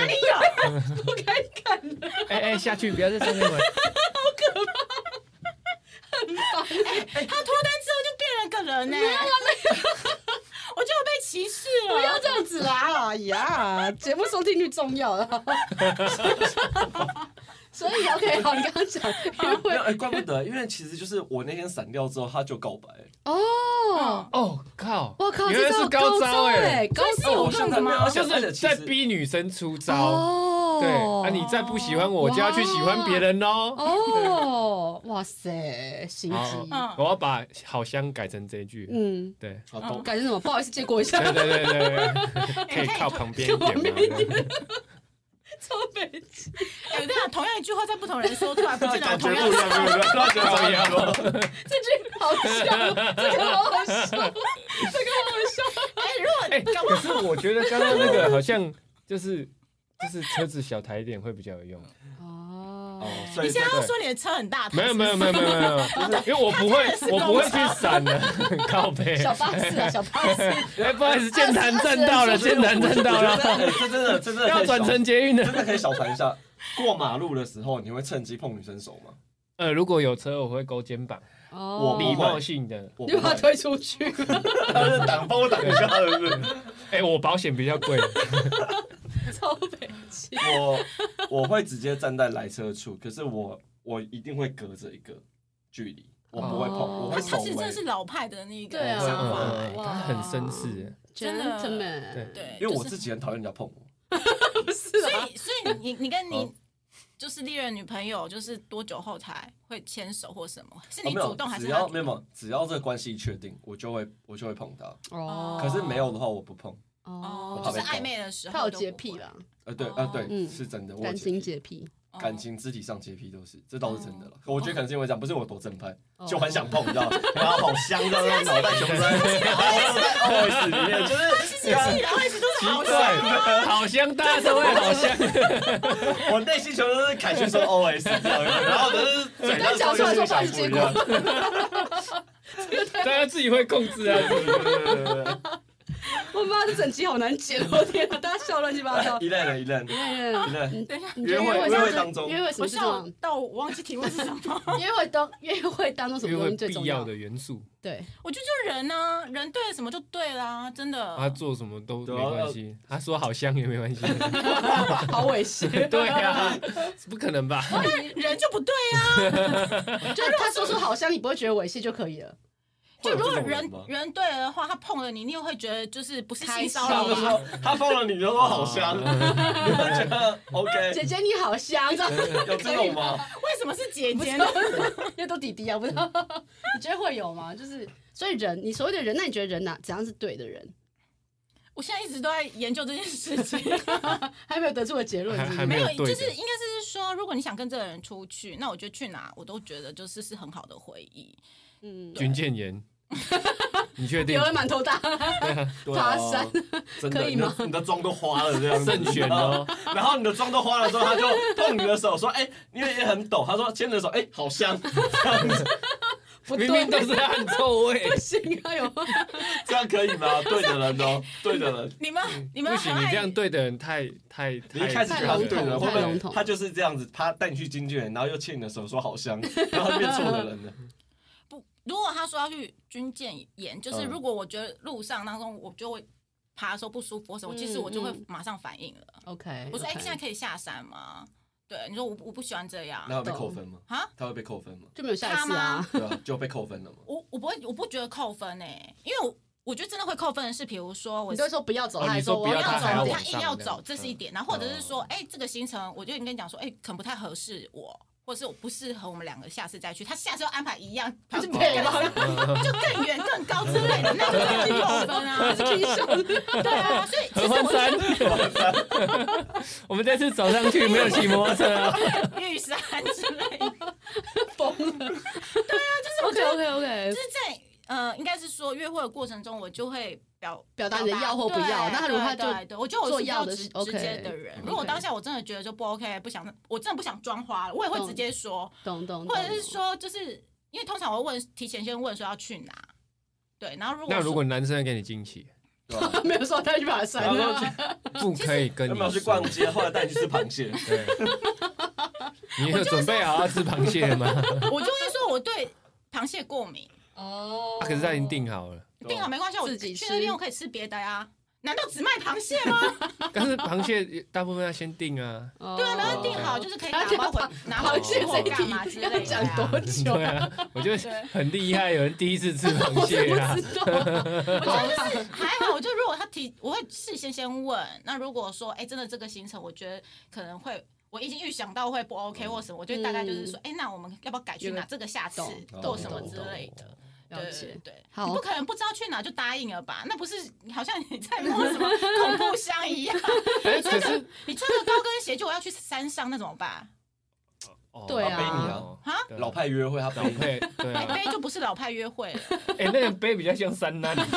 里有？
哎哎，下去不要再上面玩，
啊
啊
*laughs*
呀，节目收听率重要了。 *laughs* 所以 OK，好，你刚刚讲因
啊
没
为
*laughs*
有，哎，怪不得，因为其实就是我那天闪掉之后，他就告白。
*laughs* 哦，
哦靠！
我靠，
原来
这
是
招
高招欸哦
哎，高
是
招
有
我
这样
现
子
在没有，
吗
而且
就
而且
是
其
在
实
逼女生出招。
哦，
对啊，你再不喜欢我，就要去喜欢别人喽。
哦， *laughs* 哇塞，心机，
嗯
我要把“好香”改成这一句。
嗯，
对，
好啊
哦
懂。
改成什么？不好意思，借过一下，
对对对对对，可以靠旁边一点
旁边一
嘛。
超北京。
有这样哎啊同样一句话在不同人说出来，不
*laughs*
见得有
感觉
同
不
样
一样，
的。
对不对？感觉不一样。
*laughs*
这句好笑，这个好好笑，这个好好
哎，如
哎，可是我觉得刚刚那个好像就是就是车子小台一点会比较有用。
笑。哦
哦，所
果
以
*laughs* 你现在
这
要
个
说你的车很大，
没有没有没有没有没有，因为我不会我不会去闪的， *laughs* 靠背。
小巴士啊，小巴士，
哎，不好意思，剑潭站到了，剑潭站到
我觉得哎这
了，
真的，这真的可
要
以
转
小
成捷运
真
的。
的可以小谈一下，过马路的时候你会趁机碰女生手吗？
呃，如果有车，我会勾肩膀，
哦
礼貌性的。
我
你把他推出去，
推，挡帮我挡一下，是不是？
哎，我保险比较贵。
超北京。
*laughs* 我我会直接站在来车处，可是我我一定会隔着一个距离，我不会碰，
哦
我
他
会
他其
手
实真
围
的。是老派的那个
对啊
想法
嗯
哎
嗯嗯
他很绅士。
真的
Gentleman
对
对，
因为我
就是
自己很讨厌人家碰我，
不是
所
啊，
以，所以你你跟你
哦
就是历任女朋友，就是多久后才会牵手或什么？是
哦
你
没有
主动还，是
只
他
要
主
没有没
动？
有，只要这个关系确定，我就会我就会碰他。
哦
可是没有的话，我不碰。
哦，
我
就
怕
是
被
暧昧的时候，
他有洁癖
了，
啦，
呃，对，
哦
呃，对，
嗯
是真的，我有
感情
洁
洁
癖
癖，
哦
感情肢体上洁癖都是，这倒是真的了
哦。
我觉得可能是因为这样，不是我多正派，
哦
就很想碰，你知道吗？然后好香，然后脑袋全部在 OS 里面，就是
是然后一直都是
奇
好
怪，好香，大家都会好香。
我内心全部都是凯旋说 OS 这样，然后只是嘴上
讲出来说话是结
结
果
果。
大家自己会控
*laughs*
制啊。
我妈这整集好难剪，我天啊，大家笑乱七八 *laughs* 糟。
一类人，一类人，
哎
一类人。
等一下，
你觉得
约会
上
约会当中
约会什
我
么是
笑
重
到我忘记题目是什么。 *laughs*
要？约会当约会当中什
约
么东西
会
最
必
重
要的元素，
对，
我就就人呢，人对了什么就对啦，真的。
啊
他做什么都没关系，他说好香也没关系。
好猥亵。
*laughs* 对啊，不可能吧？
人就不对呀、
就是他说出好像你不会觉得猥亵就可以了。
就如果
会有这种人
人
吗
人对了的话，他碰了你，你又会觉得就是不是性骚
他
扰啊
就
吧？
说他放了你就说好香，你就觉得 OK
姐姐你好香，啊
*laughs*
这样
有这种吗？
为什么是姐姐呢？
*laughs* 因为都弟弟啊，不知道。 *laughs* 你觉得会有吗？就是所以人，你所谓的人，那你觉得人哪怎样是对的人？
我现在一直都在研究这件事
*laughs*
情。
还没有得出个结论，
还
是不是
还没
没
有
有，
对
就
的
是应该是说，如果你想跟这个人出去，那我觉得去哪我都觉得就是是很好的回忆。
嗯，
军舰言，你确定
有？人满头大汗，
对
爬
啊
山
真的
可以吗
你的你的妆都花了这样子
慎选哦。
然后你的妆都花了之后，他就碰你的手说：“哎，因为也很抖。”他说牵你的手，哎，好香， *laughs* 这样子
不
明明都
对，
是汗臭 *laughs* 味。
不行啊，
*laughs*
有
这样可以吗？对的人哦，对的人。
你们你们
嗯不行，你
很爱
这样对的人太太
你
太
一开始觉得他是对的人，
太笼统太
会
笼
不
统
会他就是这样子，他带你去经纪人，然后又牵你的手说
*laughs*
好香，然后他变错的人了。
不？如果他说要去军舰演，就是
嗯
如果我觉得路上当中我就会爬的时候不舒服或什么，
嗯
其实我就会
嗯
马上反应了。
OK，
我说：“哎，现在可以下山吗？”对，你说我不我不喜欢这样
那会被扣分吗？
啊。
他会被扣分吗？
就没有下一次啊。
对啊，就被扣分了嘛。
我我不会，我不觉得扣分呢、因为我我觉得真的会扣分的是，比如说我
你都会说不要走，
哦
他还
你说
我
不
要
要
要
他
走，
还要
走，
往
他
上
硬要
这样哦
走，这是一点。然后或者是说，哎、这个行程，我就已经跟你讲说，哎、可能不太合适我，或者是我不适合我们两个，下次再去。他下次要安排一样，
他是
就
配吗？
啊
更远、更高之类的，那就真的是扣分
他
*laughs*
啊
是。可以笑的。
对啊，所以其
合
实
欢
我
山
是，
*laughs* 我们这次走上去没有骑摩托车啊。
*laughs*
玉山之类的， *laughs* 就
疯了。对啊，就是我觉得 OK OK，
是在呃，应该是说约会的过程中，我就会表
表达你的要或不
对
要那如果他就
对对对我觉得我
做
是比
要
较
的
直
，OK，
直接的人。
OK
如果当下我真的觉得就不 OK，不想，我真的不想装花了，我也会
懂
直接说。
懂懂。
或者
懂
是，说，就是因为通常我会问，提前先问说要去哪，对，然后如果
*laughs* 那如果
说
男生给你惊喜，
对啊吧？
没有说他去爬山
然后
啊，
去
不可以跟
要
你
不要去
说
逛街，后来带你去吃螃蟹？
对，你有准备好要吃螃蟹了吗？ *laughs*
我就会说我对螃蟹过敏，
哦
啊可是他已经定好了，
定好没关系，我
自己
去
吃
那边我可以吃别的呀。难道只卖螃蟹吗？
但是螃蟹也大部分要先订啊，
对啊，然后订好就是可以打包回拿回
哦螃蟹
去或干嘛
这
之
一题
类
要
的
讲
啊。
多久
对
啊？
啊，我觉得
对
很厉害，有人第一次吃 *laughs* 螃
我真
蟹啊
不，知道，
我觉得就是还好，就如果他提，我会事先先问。那如果说，哎、真的这个行程，我觉得可能会，我已经预想到会不 OK 或什么，我就大概就是说，哎、那我们要不要改
嗯
去
有个
哪这个下次
懂
或什么之类的。
的。
了
对
解
对。对，
好
你不可能不知道去哪就答应了吧？那不是好像你在摸什么恐怖箱一
*laughs*
样？
哎，可是
你穿个高跟鞋就我要去山上，那怎么办？
哦
对啊
他
啊
对
老派约会，他
老
背
配，对
买
啊，
杯就不是老派约会了。
哎，那个杯比较像三难，
而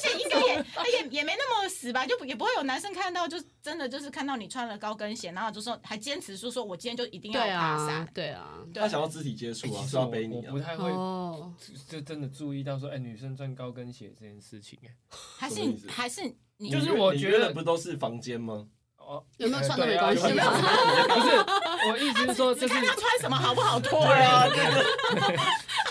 且应该也哎也也没那么死吧，就不也不会有男生看到，就真的就是看到你穿了高跟鞋，然后就说还坚持说说我今天就一定要
对
爬
啊
山，，
对啊，
对
他想要肢体接
哎
触啊，所以要背你
哎我
啊
不。太会
哦，
就真的注意到说，哎，女生穿高跟鞋这件事情，哎，
还是
什么意
你
思
还是你
就是
你约
我
你
觉
约
得
的不都是房间吗？
哦，
有没有穿都
对
没
啊
关系
有没有
嘛。
不是，我意思是说，
只
就是
看他穿
*laughs*
什么好不好脱
对
啊，
啊，对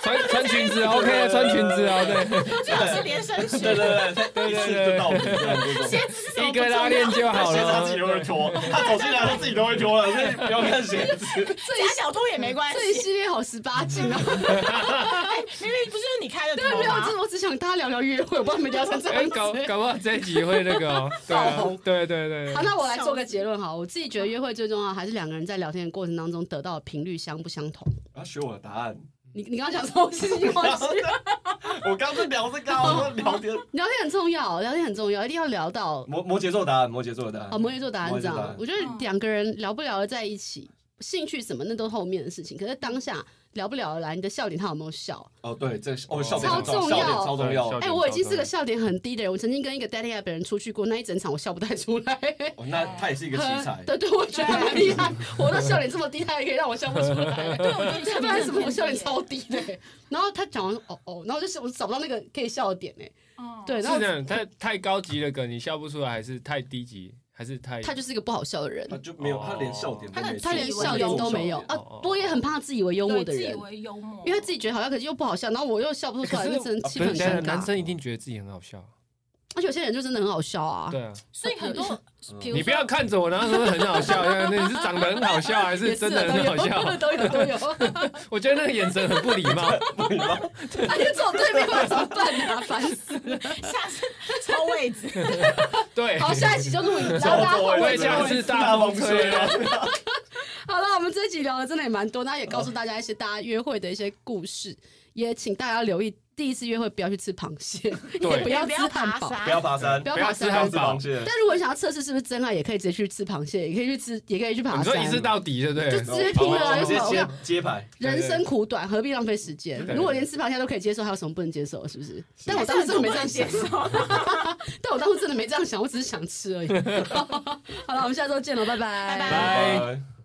穿穿裙子 OK 啊，穿裙子啊，对，
最好是连身裙，
对对对对，一次就到底这样这种。
鞋子是什么
一
不重
个拉链
要， *laughs*
*laughs*
就好
鞋子
了
他自己都会 *laughs*
啊。
脱，他走进来他自己都会脱了，所以不要看鞋子。
假小偷也没关
这一
系。
系列好十八禁 *laughs* 啊！
哎，明明不是你开的
对，
头
没有，
吗
这？我只想大家聊聊约会，我不知道你们聊成这
哎，
样 *laughs*
搞
子。
搞不好这一集会那个哦，
*laughs*
对
爆
啊
红，
对对对
好，
对，
那我来做个结论哈。我自己觉得约会最重要还是两个人在聊天的过程当中得到的频率相不相同。
*laughs* 他学我的答案，
你你刚刚讲什么？我其实已经忘 *laughs* 记了。
*laughs* 我刚是聊这个啊，我说聊天。
聊天很重要，聊天很重要，一定要聊到
*laughs* 摩摩羯座答案，摩羯座答
啊，
案。
摩羯座答案是这
摩羯座答案
样。我觉得两个人聊不聊得在一起，兴趣什么那都是后面的事情。可是当下聊不聊得来，你的笑点他有没有笑？
哦，对，这哦笑点
超
很重
重
笑点
要
超重
对
要
笑。
哎、
点
我已
超
经是
重
个
要
笑点很低的人，我曾经跟一个 dating app 的人出去过，那一整场我笑不太出
*laughs*
来。
哦那他也是一个奇才
很，对对，我觉得很厉害，我的笑点这么低，他也可以让我笑不出
*laughs*
来。
对，我觉得你
这
像
不
你很
然什么？我笑点
偏
超低的、然后他讲完说哦哦，然后就是我找不到那个可以笑的点哎、
嗯
对，然
是
后
这样，太太高级的梗你笑不出来，还是太低级，还是太
他就是一个不好笑的人
他，就没有他连笑点都没出，
他连笑点都没有啊
哦哦。
我也很怕自以为幽默的
对自以
人，
为幽默，
因为他自己觉得好笑，可是又不好笑，然后我又笑不出
可
来，
是
那真的
啊
气
不
氛
是
很
等一下
尴
男
尬。
生一定觉得自己很好笑，
而且有些人就真的很好笑啊，
对啊，
所以很多，比如
你不要看着我，然后说很好笑， *laughs* 那你是长得很好笑，还
也
是
是啊
真的很好笑？
都有都有都有。
我觉得那个眼神很不礼
*laughs*
貌。
哎，你坐我对面，我怎么办啊？烦死！
说下
*laughs*
次抽位置，
对，
好，下一集就录
*laughs*
影，然后大家换
我
位
也
置
下次大
啊
风吹
啊
了。
*laughs* 好了，我们这一集聊的真的也蛮多，那也告诉大家一些大家约会的一些故事，也请大家留意，第一次约会不要去吃螃蟹， *laughs* 也不要
不
吃
要
汉
爬
堡，
山，
不要爬山
不，要
不
爬
要吃
山。
汉
不要吃
堡
螃，蟹。
但如果你想要测试是不是真爱，也可以直接去吃螃蟹，也可以去吃，也可以去爬
你说
山
一。次到底，对不
就
对
直？接拼了啊！
我
有
们
什
接
么？我
接
想
接牌，
人生苦短，何必浪费时间？
对
如果连吃螃蟹都可以接受，还有什么不能接受？是不是？但我当时真的没这样想
*laughs*
接，受。
但 *laughs* 我当时真的没这样想，我只是想吃而已。好了，我们下周见了，拜拜，
拜拜
拜拜。